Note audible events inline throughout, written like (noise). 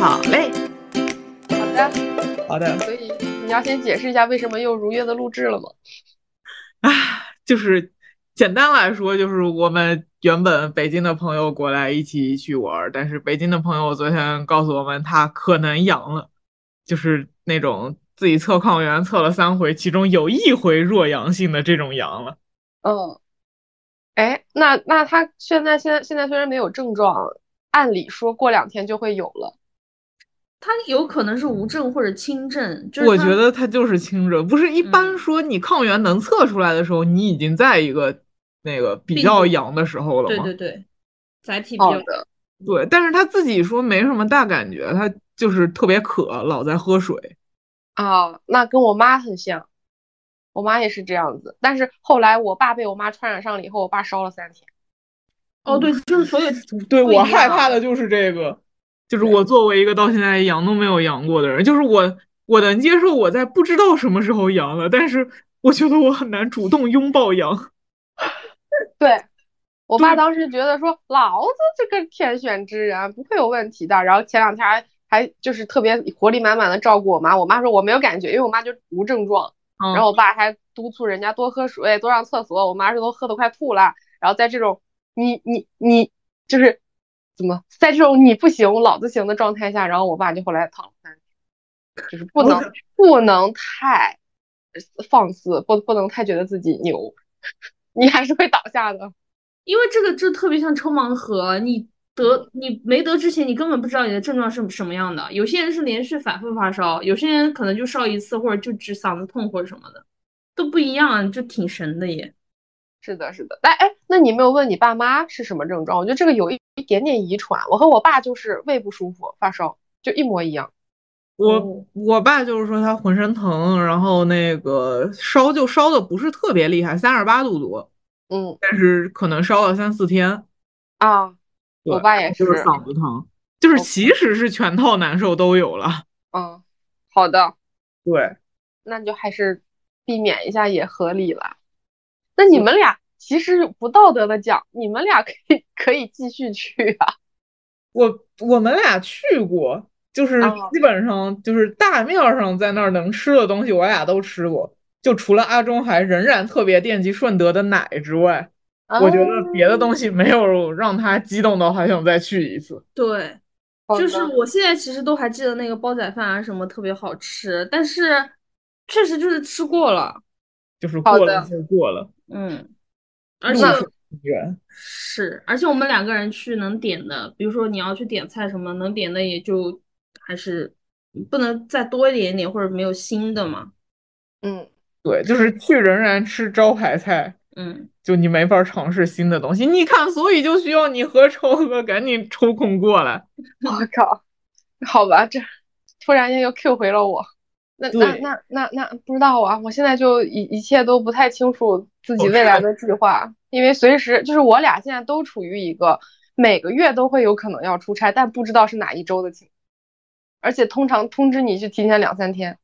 好嘞，好的，好的，所以你要先解释一下为什么又如约的录制了吗？啊，就是简单来说，就是我们原本北京的朋友过来一起去玩儿，但是北京的朋友昨天告诉我们他可能阳了，就是那种自己测抗原测了三回，其中有一回弱阳性的这种阳了。嗯，哎，那那他现在现在现在虽然没有症状，按理说过两天就会有了。他有可能是无症或者轻症，就是我他觉得他就是轻症，不是一般嗯说你抗原能测出来的时候，你已经在一个那个比病较毒阳的时候了对吗？对对，载体比好较的，对，但是他自己说没什么大感觉，他就是特别渴，老在喝水。啊，那跟我妈很像，我妈也是这样子。但是后来我爸被我妈传染上了以后，我爸烧了三天。哦对，就是所有对不我一害样怕的就是这个，就是我作为一个到现在阳都没有阳过的人，就是我我能接受我在不知道什么时候阳了，但是我觉得我很难主动拥抱阳。对，我爸对当时觉得说，老子这个天选之人不会有问题的。然后前两天还还就是特别活力满满的照顾我妈，我妈说我没有感觉，因为我妈就无症状。嗯然后我爸还督促人家多喝水，多上厕所。我妈是都喝得快吐了。然后在这种你你你就是怎么在这种你不行老子行的状态下，然后我爸就后来躺了三天，就是不能不能太放肆，不不能太觉得自己牛， (laughs) 你还是会倒下的。因为这个就特别像抽盲盒，你得你没得之前，你根本不知道你的症状是什么样的。有些人是连续反复发烧，有些人可能就烧一次，或者就只嗓子痛或者什么的，都不一样，啊就挺神的耶。是的，是的。哎哎，那你没有问你爸妈是什么症状？我觉得这个有一一点点遗传。我和我爸就是胃不舒服、发烧，就一模一样。我我爸就是说他浑身疼，然后那个烧就烧的不是特别厉害，三十八度多，嗯但是可能烧了三四天，啊，我对爸也就是是嗓子疼，就是其实是全套难受都有了。嗯，好的，对，那就还是避免一下也合理了。那你们俩其实不道德的讲，你们俩可以可以继续去啊。我我们俩去过，就是哦基本上就是大面儿上在那儿能吃的东西，我俩都吃过，就除了阿忠还仍然特别惦记顺德的奶之外，啊我觉得别的西东西没有让他激动到还想再去一次。对，就是我现在其实都还记得那个煲仔饭啊什么特别好吃，但是确实就是吃过了，就是好过了的就过了，嗯，而路且是很远。是，而且我们两个人去能点的，比如说你要去点菜什么，能点的也就还是不能再多一点点，或者没有新的嘛。嗯，对，就是去仍然吃招牌菜，嗯，就你没法尝试新的东西。你看，所以就需要你和 (laughs) 超哥赶紧抽空过来。 (laughs) 我靠，好吧，这突然间又 Q 回了我。那那对那那那不知道啊，我现在就一一切都不太清楚自己哦未是来啊的计划，因为随时就是我俩现在都处于一个每个月都会有可能要出差，但不知道是哪一周的情况，而且通常通知你是提前两三天。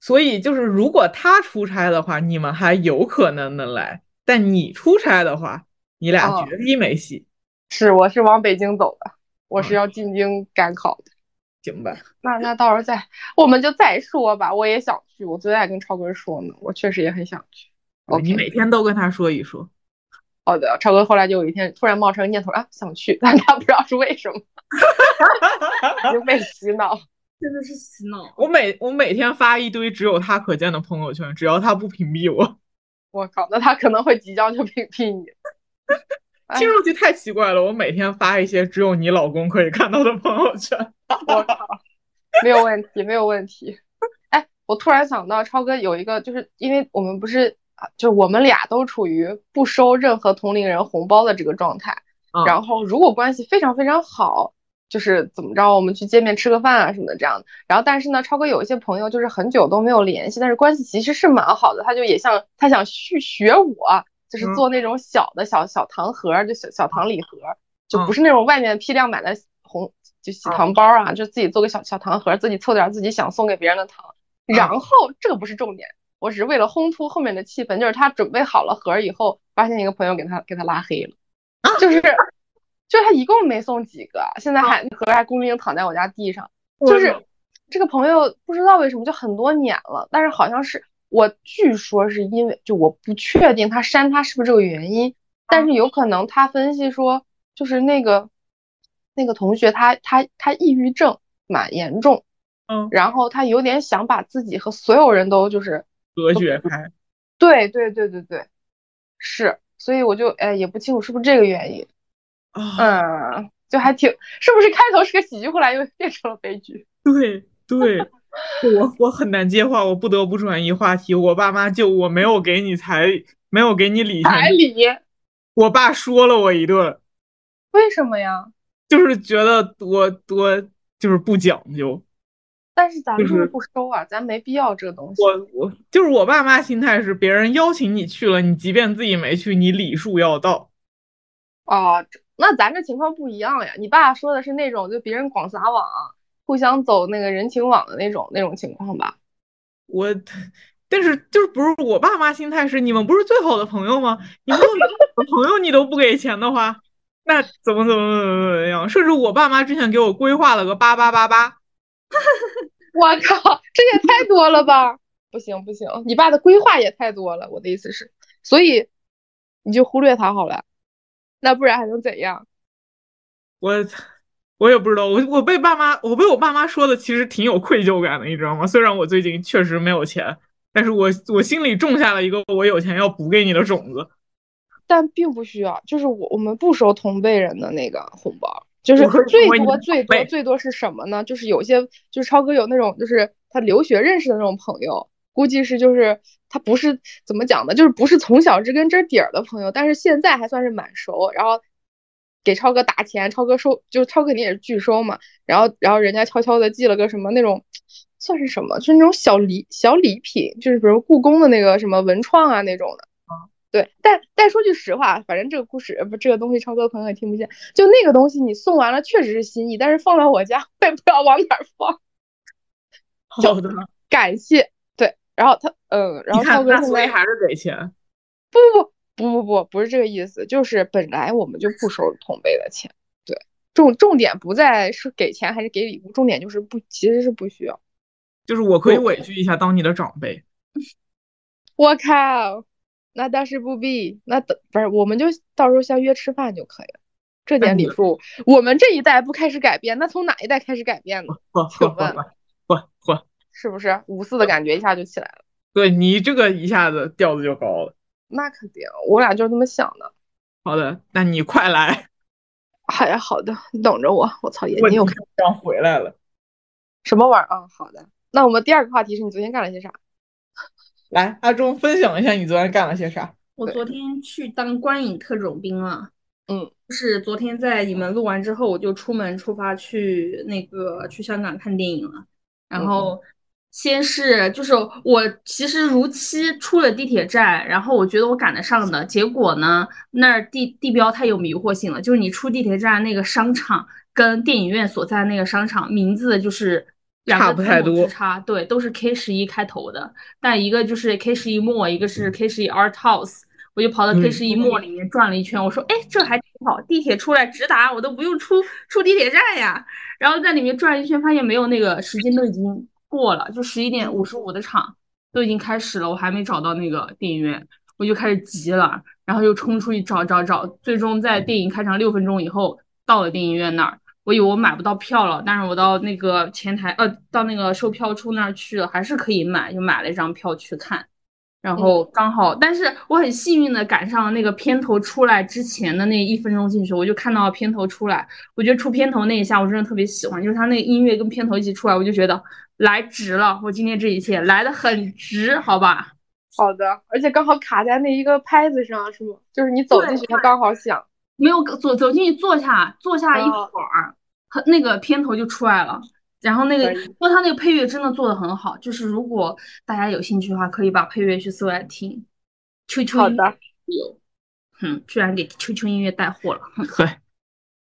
所以就是，如果他出差的话，你们还有可能能来；但你出差的话，你俩哦绝逼没戏，是，我是往北京走的，我嗯是要进京赶考的。行 (laughs) 吧？那那到时候再，我们就再说吧。我也想去，我昨天还跟超哥说呢，我确实也很想去。对 OK，你每天都跟他说一说，好的，哦超哥后来就有一天突然冒出个念头啊，想去， (laughs) 但他不知道是为什么， (laughs) 就被洗脑。真的是洗脑。我每我每天发一堆只有他可见的朋友圈，只要他不屏蔽我，我靠，那他可能会即 (laughs) 将就屏蔽你。哎听上去太奇怪了。我每天发一些只有你老公可以看到的朋友圈。我靠，没有问题，没有问题。哎，我突然想到，超哥有一个，就是因为我们不是，啊就我们俩都处于不收任何同龄人红包的这个状态。嗯然后，如果关系非常非常好，就是怎么着，我们去见面吃个饭啊什么的这样的。然后，但是呢，超哥有一些朋友就是很久都没有联系，但是关系其实是蛮好的。他就也像他想去学我，就是嗯做那种小的小小糖盒儿，就小小糖礼盒儿，就嗯不是那种外面批量买的红就喜糖包啊，就自己做个小小糖盒，自己凑点自己想送给别人的糖。嗯然后这个不是重点，我只是为了烘托后面的气氛，就是他准备好了盒儿以后，发现一个朋友给他给他拉黑了，就是就他一共没送几个，现在还盒还孤零零躺在我家地上。 (laughs) 就是这个朋友不知道为什么就很多年了，但是好像是我据说是因为就我不确定他删他是不是这个原因，但是有可能他分析说就是那个那个同学他他他抑郁症蛮严重，嗯，然后他有点想把自己和所有人都就是隔绝开，对对对对对，是，所以我就哎也不清楚是不是这个原因，啊，嗯，就还挺是不是开头是个喜剧，后来又变成了悲剧。对对，我我很难接话，我不得不转移话题。我爸妈就我没有给你彩礼，没有给你礼钱，彩礼？我爸说了我一顿， (laughs) 为什么呀？就是觉得我我就是不讲究。但是咱们就就是是不收啊，咱没必要这个东西。我我就是我爸妈心态是，别人邀请你去了，你即便自己没去，你礼数要到。啊，这那咱这情况不一样呀。你爸说的是那种就别人广撒网，互相走那个人情网的那种那种情况吧？我，但是就是不是我爸妈心态是，你们不是最好的朋友吗？你们都是好的朋友，你都不给钱的话，那怎么怎么怎么怎么怎么样？甚至我爸妈之前给我规划了个八八八八。我靠，这也太多了吧！不行不行，你爸的规划也太多了。我的意思是，所以你就忽略他好了，那不然还能怎样？我我也不知道，我我被爸妈，我被我爸妈说的其实挺有愧疚感的，你知道吗？虽然我最近确实没有钱，但是我我心里种下了一个我有钱要补给你的种子。但并不需要，就是我我们不收同辈人的那个红包，就是我说最我以为多你最同辈多最多是什么呢？就是有些就是超哥有那种就是他留学认识的那种朋友，估计是就是他不是怎么讲呢，就是不是从小知根知底儿的朋友，但是现在还算是蛮熟，然后给超哥打钱，超哥收就是超哥肯定也是拒收嘛，然后然后人家悄悄的寄了个什么那种。算是什么？就是那种小礼小礼品，就是比如故宫的那个什么文创啊那种的。对，但但说句实话，反正这个故事呃不这个东西，超哥的朋友也听不见。就那个东西，你送完了确实是心意，但是放到我家，我也不知道往哪儿 (laughs) 放。好的，感谢，对，然后他，嗯，然你后看，超哥那现所以在还是给钱。不不不不是这个意思，就是本来我们就不收同辈的钱，对，重重点不在是给钱还是给礼物，重点就是不其实是不需要。就是我可以委屈一下，当你的长辈。我靠，那倒是不必，那等不是我们就到时候相约吃饭就可以了。这点那你礼数，我们这一代不开始改变，那从哪一代开始改变呢？嚯嚯嚯嚯嚯嚯！是不是五四的感觉一下就起来了？对你这个一下子调子就高了。那肯定，我俩就是这么想的。好的，那你快来，哎呀，好的，你等着我。我操，眼问睛题又开这样回来了。什么玩意儿啊？好的，那我们第二个话题是你昨天干了些啥？来，阿忠分享一下你昨天干了些 (laughs) 啥？我对昨天去当观影特种兵了，嗯，就是昨天在你们录完之后，我就出门出发去那个去香港看电影了。然嗯后先是就是我其实如期出了地铁站，然后我觉得我赶得上的，结果呢那儿地地标太有迷惑性了，就是你出地铁站那个商场跟电影院所在那个商场名字就是两差个不字太母之多差，对，都是 K 十一开头的。但一个就是 K 十一 Mall，一个是 K 十一 Art House，我就跑到嗯 K 十一 Mall 里面转了一圈，我说，哎，这还挺好，地铁出来直达，我都不用出出地铁站呀。然后在里面转一圈，发现没有那个时间都已经过了，就十一点五十五的场都已经开始了，我还没找到那个电影院，我就开始急了，然后又冲出去找找找，最终在电影开场六分钟以后到了电影院那儿。我以为我买不到票了，但是我到那个前台，呃，到那个售票处那儿去了，还是可以买，就买了一张票去看。然后刚好，但是我很幸运的赶上了那个片头出来之前的那一分钟进去，我就看到了片头出来。我觉得出片头那一下，我真的特别喜欢，就是他那个音乐跟片头一起出来，我就觉得来值了，我今天这一切来的很值，好吧？好的，而且刚好卡在那一个拍子上，是吗？就是你走进去，对它刚好响。没有走走进去坐下，坐下一哦会儿，和那个片头就出来了。然后那个，可以不过他那个配乐真的做的很好，就是如果大家有兴趣的话，可以把配乐去搜来听。秋秋好音的乐有，嗯，居然给秋秋音乐带货了。嘿，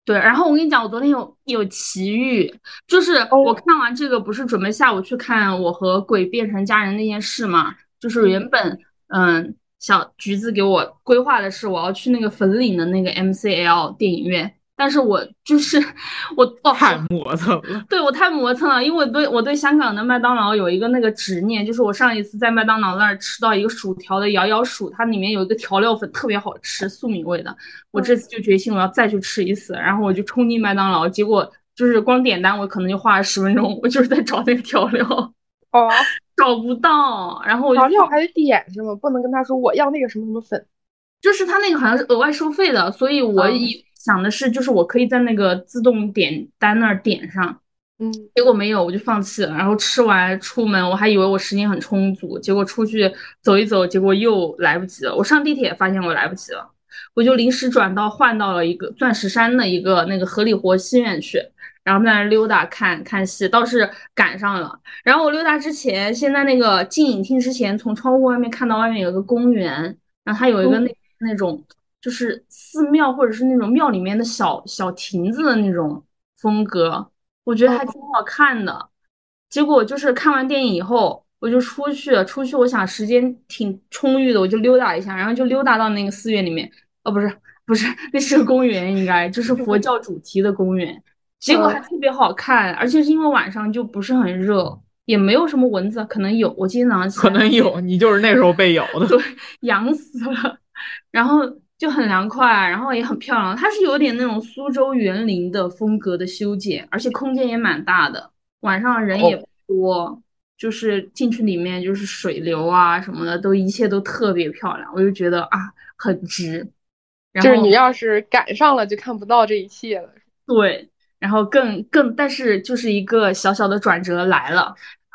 对，然后我跟你讲，我昨天有有奇遇，就是哦我看完这个，不是准备下午去看我和鬼变成家人那件事嘛？就是原本，嗯，小橘子给我规划的是我要去那个粉岭的那个 MCL 电影院，但是我就是 (laughs) 我哦，太磨蹭了。对我太磨蹭了，因为我对我对香港的麦当劳有一个那个执念，就是我上一次在麦当劳那儿吃到一个薯条的摇摇薯，它里面有一个调料粉特别好吃，粟米味的。我嗯这次就决心我要再去吃一次，然后我就冲进麦当劳，结果就是光点单我可能就花了十分钟，我就是在找那个调料， (laughs) 哦，找不到，然后我就调料还得点是吗？不能跟他说我要那个什么什么粉。就是他那个好像是额外收费的，所以我嗯以想的是，就是我可以在那个自动点单那儿点上，嗯，结果没有，我就放弃了。然后吃完出门，我还以为我时间很充足，结果出去走一走，结果又来不及了。我上地铁发现我来不及了，我就临时转到换到了一个钻石山的一个那个荷里活戏院去，然后在那儿溜达看看戏，倒是赶上了。然后我溜达之前，先在那个进影厅之前，从窗户外面看到外面有一个公园，然后它有一个那那种就是寺庙或者是那种庙里面的小小亭子的那种风格，我觉得还挺好看的。结果就是看完电影以后，我就出去，出去我想时间挺充裕的，我就溜达一下，然后就溜达到那个寺院里面，哦，不是不是，那是个公园，应该就是佛教主题的公园。结果还嗯特别好看，而且是因为晚上就不是很热，也没有什么蚊子，可能有。我今天早上起可来能有，你就是那时候被咬的。 (laughs) 痒死了，然后就很凉快，啊然后也很漂亮。它是有点那种苏州园林的风格的修剪，而且空间也蛮大的，晚上人哦也不多，就是进去里面就是水流啊什么的，都一切都特别漂亮，我就觉得啊很值。然就是后你要是赶上了，就看不到这一切了。对，然后更更，但是就是一个小小的转折来了。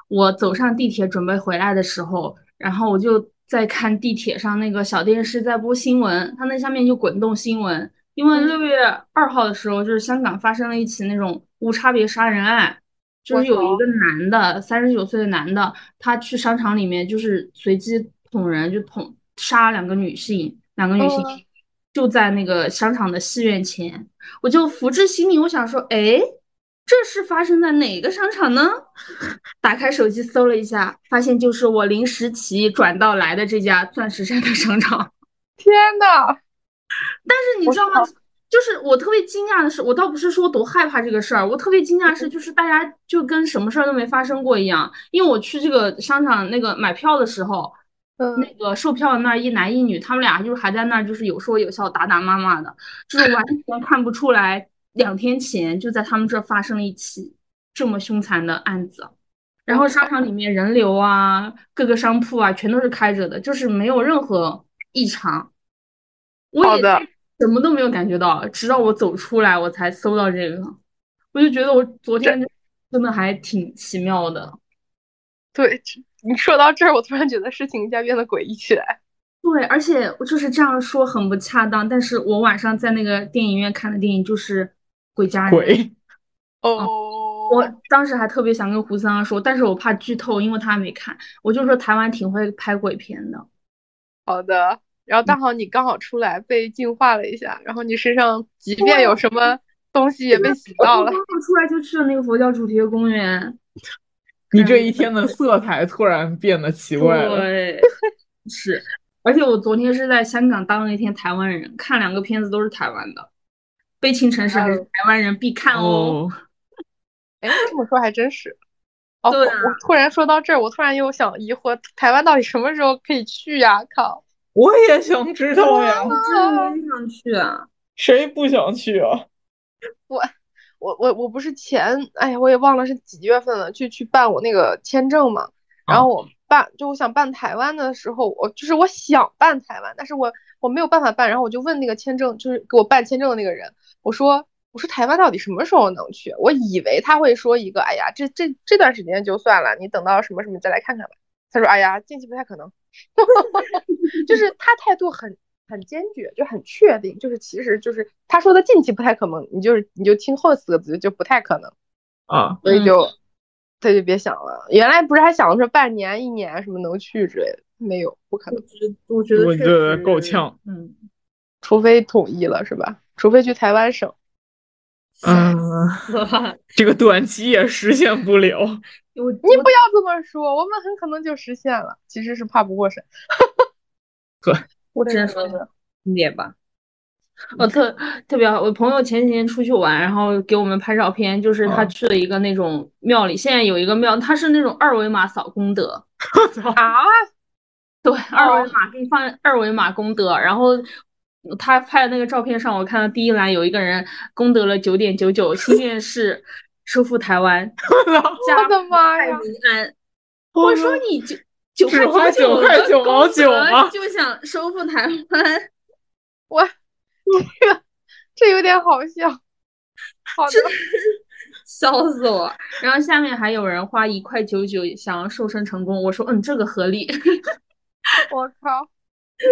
我走上地铁准备回来的时候，然后我就在看地铁上那个小电视在播新闻，它那下面就滚动新闻。因为六月二号的时候，就是香港发生了一起那种无差别杀人案，就是有一我个男的，三十九岁的男的，他去商场里面就是随机捅人，就捅杀两个女性，两个女性嗯就在那个商场的戏院前。我就福至心灵，我想说，哎，这是发生在哪个商场呢？ (laughs) 打开手机搜了一下，发现就是我临时起意转到来的这家钻石山的商场。天呐，但是你我知道吗？就是我特别惊讶的是，我倒不是说多害怕这个事儿，我特别惊讶的是，就是大家就跟什么事儿都没发生过一样。因为我去这个商场那个买票的时候，嗯那个售票的那儿一男一女，他们俩就是还在那儿就是有说有笑打打骂骂的，就是完全看不出来两天前就在他们这儿发生了一起这么凶残的案子。然后商场里面人流啊，各个商铺啊，全都是开着的，就是没有任何异常。我好也的什么都没有感觉到，直到我走出来，我才搜到这个，我就觉得我昨天真的还挺奇妙的。对，这你说到这儿，我突然觉得事情一下变得诡异起来。对，而且我就是这样说很不恰当，但是我晚上在那个电影院看的电影就是《鬼家人》，鬼，哦，嗯我当时还特别想跟胡三儿说，但是我怕剧透，因为他还没看，我就说台湾挺会拍鬼片的。好的。嗯然后刚好你刚好出来被净化了一下，然后你身上即便有什么东西也被洗到 (laughs) 了我。刚出来就去了那个佛教主题的公园，你这一天的色彩突然变得 (laughs) 奇怪了。对，是，而且我昨天是在香港当了一天台湾人，看两个片子都是台湾的，《悲情城市》还是哇哦台湾人必看哦。哦，哎，这么说还真是。哦，对我啊我突然说到这儿，我突然又想疑惑，台湾到底什么时候可以去呀？靠，我也想知道呀，这你想去啊？谁不想去啊？我我我不是前，哎呀，我也忘了是几月份了，去去办我那个签证嘛。然后我办，就我想办台湾的时候，我就是我想办台湾，但是我我没有办法办。然后我就问那个签证，就是给我办签证的那个人，我说我说台湾到底什么时候能去？我以为他会说一个，哎呀，这这这段时间就算了，你等到什么什么再来看看吧。他说，哎呀，近期不太可能。 (laughs) 就是他态度很很坚决，就很确定，就是其实就是他说的近期不太可能，你就是你就听后四个字就不太可能，啊，所以嗯就他就别想了。原来不是还想着半年、一年什么能去之类的，没有，不可我能，觉得，我觉得我确觉得实够呛。嗯，除非统一了是吧？除非去台湾省。嗯，死了。这个短期也实现不了。 (laughs) 我你你不要这么说，我们很可能就实现了，其实是怕不过审。呵， (laughs) 我只能说的，一点吧。我哦特特别好，我朋友前几天出去玩，然后给我们拍照片，就是他嗯去了一个那种庙里，现在有一个庙，它是那种二维码扫功德，啊，对，二维码给你放二维码功德，然后他拍的那个照片上，我看到第一栏有一个人功德了九点九九，新县市收复台湾，加我的妈泰呀！民安。我说你九九只花块九九块的九毛功九德吗就想收复台湾，这有点好笑。好的，笑死我！然后下面还有人花一块九九想要瘦身成功，我说嗯，这个合理。我靠，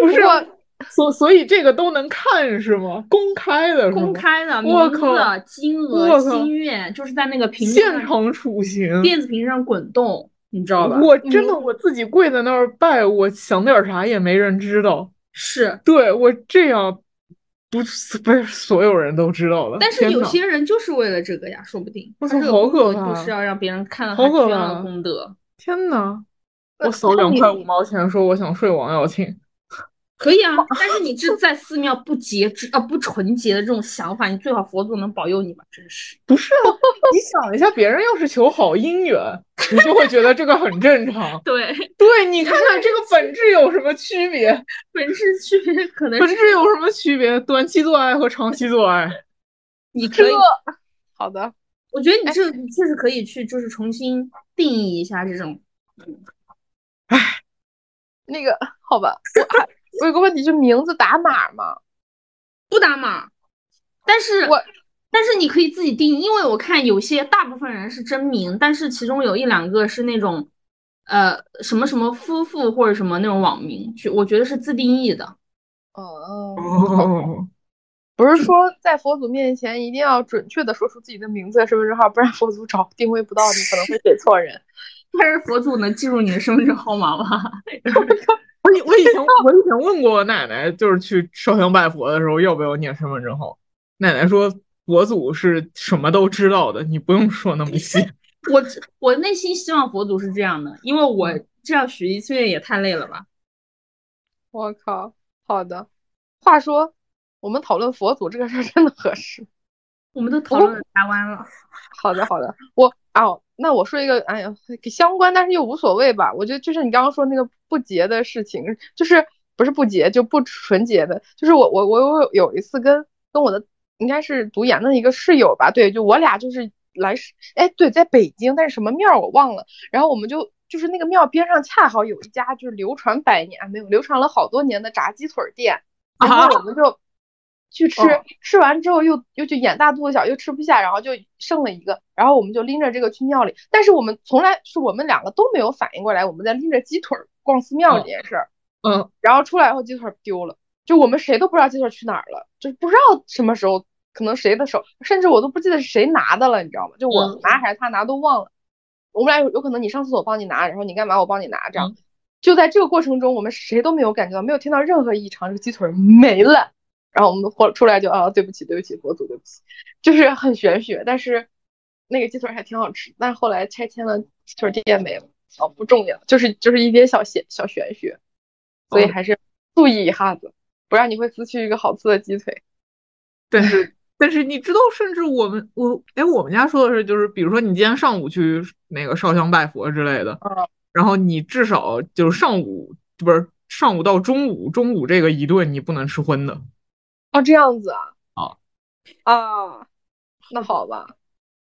不是，我所所以这个都能看是吗？公开的是吗？公开的名我字靠、金我额、靠心愿，就是在那个屏幕现上场处刑。电子屏上滚动，你知道吧？我真的我自己跪在那儿拜，我想点啥也没人知道。是，对我这样，不是不是所有人都知道的。但是天有哪些人就是为了这个呀，说不定我他操这个好功可德就是怕要让别人看到好他可捐了怕功德，天哪！我呃扫那两你块五毛钱，说我想睡王耀庆。可 (laughs) 以啊。但是你这在寺庙不节制啊、不纯洁的这种想法，你最好佛祖能保佑你吧，真是。不是啊，你想一下，别人要是求好姻缘，你就会觉得这个很正 (laughs) 常。对，对，你看看这个本质有什么区别？本质区别可能本是质有什么区别？短期做爱和长期做爱，你可这以，好的，我觉得你这你确实可以去，就是重新定义一下这种。那个好吧，我还我有个问题，就名字打码吗？不打码，但是我但是你可以自己定义，因为我看有些大部分人是真名，但是其中有一两个是那种呃什么什么夫妇或者什么那种网名，就我觉得是自定义的。嗯，哦，不是说在佛祖面前一定要准确的说出自己的名字、身份证号，不然佛祖找定位不到你，可能会给错人。但是佛祖能记住你的身份证号码吗？ (laughs) 我以我以前我以前问过我奶奶，就是去烧香拜佛的时候要不要念身份证号，奶奶说佛祖是什么都知道的，你不用说那么细。我我内心希望佛祖是这样的，因为我这样许一岁也太累了吧。我靠，好的。话说，我们讨论佛祖这个事儿真的合适。我们都讨论台湾了，好的，好的，我哦，那我说一个，哎呀，相关，但是又无所谓吧。我觉得就是你刚刚说那个不洁的事情，就是不是不洁，就不纯洁的，就是我我我我有一次跟跟我的应该是读研的一个室友吧，对，就我俩就是来是，哎，对，在北京，但是什么庙儿我忘了。然后我们就就是那个庙边上恰好有一家就是流传百年啊没有流传了好多年的炸鸡腿儿店，然啊后我们就去吃，哦吃完之后又又就眼大肚子小，又吃不下，然后就剩了一个，然后我们就拎着这个去庙里，但是我们从来是我们两个都没有反应过来我们在拎着鸡腿儿逛寺庙哦这件事儿，嗯，然后出来以后鸡腿儿丢了，就我们谁都不知道鸡腿儿去哪儿了，就是不知道什么时候。可能谁的手，甚至我都不记得是谁拿的了，你知道吗？就我嗯拿还是他拿都忘了。我们俩有有可能你上厕所我帮你拿，然后你干嘛我帮你拿，这样。就在这个过程中，我们谁都没有感觉到，没有听到任何异常，这个鸡腿儿没了。然后我们或出来就啊，对不起，对不起，佛祖，对不起，就是很玄学。但是那个鸡腿儿还挺好吃，但是后来拆迁了，鸡腿儿店没了，啊，不重要，就是就是一点小玄小玄学，所以哦还是注意一下子，不然你会失去一个好吃的鸡腿。但是但是你知道，甚至我们我哎，我们家说的是，就是比如说你今天上午去那个烧香拜佛之类的，嗯然后你至少就是上午不是上午到中午，中午这个一顿你不能吃荤的。哦，这样子啊？哦啊，那好吧。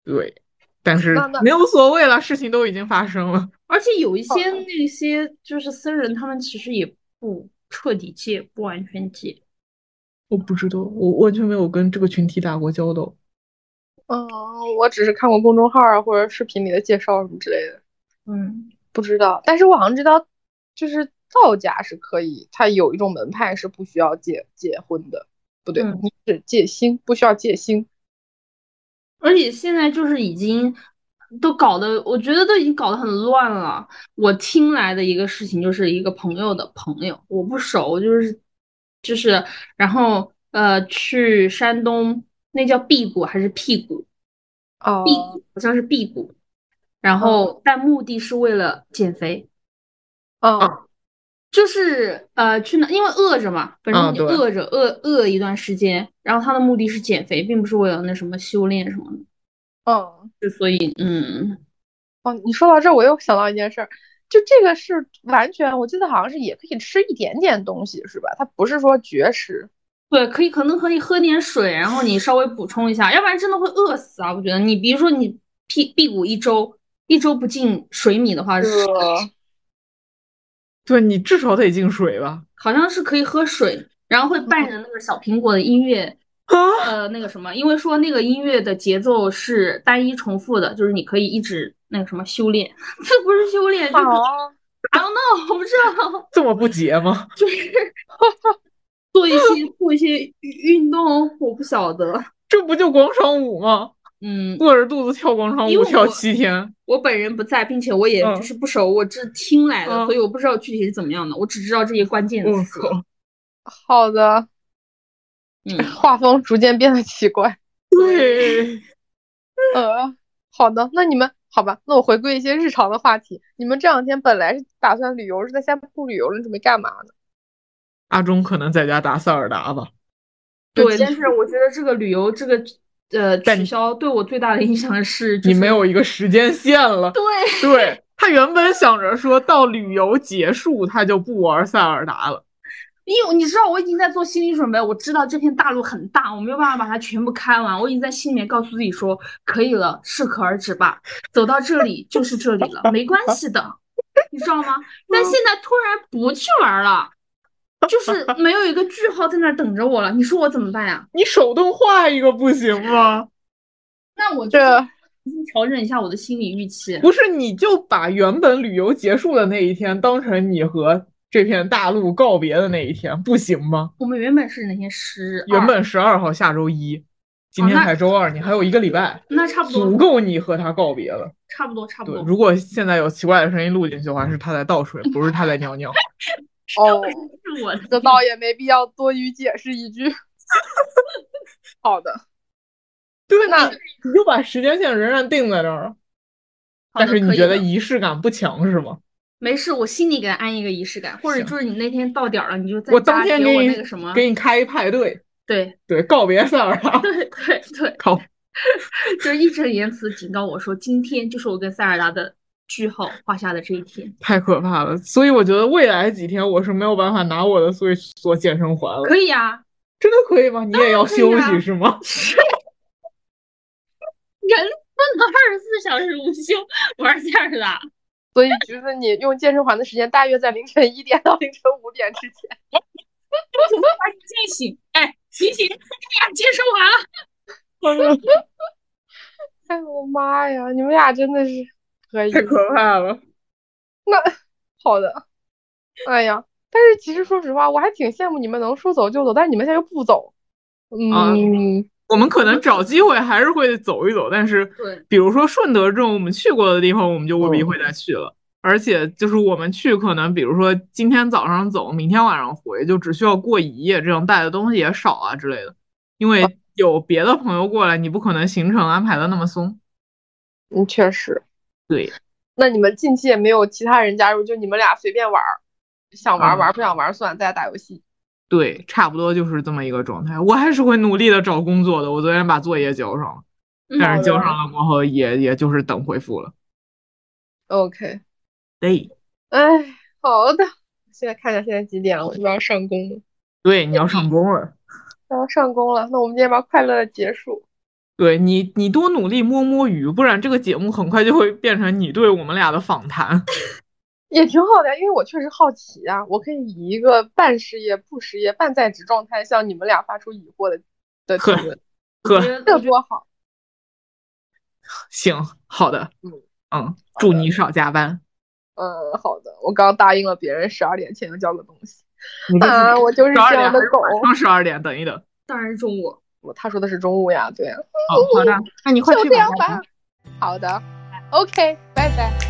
对，但是那那没有所谓了，事情都已经发生了。而且有一些好的那些就是僧人，他们其实也不彻底戒，不完全戒。我不知道，我完全没有跟这个群体打过交道。嗯，我只是看过公众号啊或者视频里的介绍什么之类的，嗯，不知道。但是我好像知道，就是道家是可以，它有一种门派是不需要戒戒婚的，不对，嗯你是戒心，不需要戒心。而且现在就是已经都搞得，我觉得都已经搞得很乱了。我听来的一个事情，就是一个朋友的朋友，我不熟，就是就是，然后呃，去山东那叫辟谷还是辟谷？哦辟谷好像是辟谷，然后但目的是为了减肥。嗯，就是呃，去那，因为饿着嘛，本身嗯你对饿着，饿饿一段时间，然后他的目的是减肥，并不是为了那什么修炼什么的。嗯，嗯，哦，你说到这儿，我又想到一件事儿，就这个是完全，我记得好像是也可以吃一点点东西，是吧？它不是说绝食。对，可以，可能可以喝点水，然后你稍微补充一下，要不然真的会饿死啊！我觉得你，比如说你屁辟谷一周，一周不进水米的话， (laughs) 是对你至少得进水吧？好像是可以喝水，然后会伴着那个小苹果的音乐，啊，呃，那个什么，因为说那个音乐的节奏是单一重复的，就是你可以一直那个什么修炼， (laughs) 这不是修炼，就是啊， I don't know，我不知道， (laughs) 这么不洁吗？做一些做一些运动，哦我不晓得。这不就广场舞吗？嗯，饿着肚子跳广场因舞为跳我七天，我本人不在，并且我也嗯就是不熟，我只听来的，嗯所以我不知道具体是怎么样的，我只知道这些关键我词。靠！好的， (laughs) 嗯，画风逐渐变得奇怪。 (laughs) 对，呃，好的，那你们好吧？那我回归一些日常的话题。你们这两天本来是打算旅游，是在下面不旅游了，你准备干嘛呢？阿忠可能在家打塞尔达吧。对，但是我觉得这个旅游这个呃但取消对我最大的影响是，就你是没有一个时间线了。对，对他原本想着说到旅游结束他就不玩塞尔达了，因为你知道我已经在做心理准备，我知道这片大陆很大，我没有办法把它全部开完，我已经在心里面告诉自己说，可以了，适可而止吧，走到这里就是这里了，没关系的，你知道吗？但现在突然不去玩了，就是没有一个句号在那儿等着我了，你说我怎么办呀？你手动画一个不行吗？那我就这啊先调整一下我的心理预期。不是，你就把原本旅游结束的那一天当成你和这片大陆告别的那一天，不行吗？我们原本是哪天十原二本十二号下周一，今啊哦天那才周二，你还有一个礼拜，那差不多足够你和他告别了。差不多差不对，多。如果现在有奇怪的声音录进去的话，是他在倒水，不是他在尿尿。哦，是我的这倒也没必要多余解释一句。 (laughs) 好的，对，那你就把时间线仍然定在这儿，好的但是你可以觉得的仪式感不强是吗？没事，我心里给他安一个仪式感，或者行就是你那天到点儿了，你就在我家当天给给我你那个什么，给你开一派对，对对，告别啊塞尔达，对对对，靠， (laughs) 就是义正言辞警告我说，今天就是我跟塞尔达的句号画下的这一天。 (laughs) 太可怕了。所以我觉得未来几天我是没有办法拿我的 Switch 做健身环了。可以呀、真的可以吗？你也要可以休啊息是 (laughs) 吗？人不能二十四小时无休玩塞尔达。所以橘子，你用健身环的时间大约在凌晨一点到凌晨五点之间。 (laughs) 把你惊醒，哎，醒醒，哎呀，接受完了。哎呦我妈呀，你们俩真的是可以。太可怕了。好的，哎呀，但是其实说实话，我还挺羡慕你们能说走就走，但是你们现在又不走。啊嗯，我们可能找机会还是会走一走，但是对，比如说顺德这种我们去过的地方，我们就未必嗯会再去了。而且就是我们去，可能比如说今天早上走，明天晚上回，就只需要过一夜，这样带的东西也少啊之类的。因为有别的朋友过来，你不可能行程安排的那么松。嗯，确实。对，那你们近期也没有其他人加入，就你们俩随便玩儿，想玩儿嗯玩儿，不想玩儿算，大家打游戏。对，差不多就是这么一个状态。我还是会努力的找工作的。我昨天把作业交上了，但是嗯交上了过后也也就是等回复了。 OK，对，哎，好的。现在看一下现在几点了，我就要上工了，对，你要上工了。我要上工了。那我们今天把快乐的结束。对你，你多努力摸摸鱼，不然这个节目很快就会变成你对我们俩的访 (laughs) 谈。也挺好的呀，因为我确实好奇啊，我可以以一个半失业、不失业、半在职状态向你们俩发出疑惑的的提呵 (laughs) 问，呵，这多好！行，好的，嗯嗯，祝你少加班。嗯，好的，我刚答应了别人十二点前要交个东西你这啊，我就是十二这点样还的是狗。晚上十二点？等一等，当然是中午。我 (laughs) 他说的是中午呀，对呀。啊 (laughs) 好好的，那你快就去啊这吧。拜样拜吧。好的，OK，拜拜。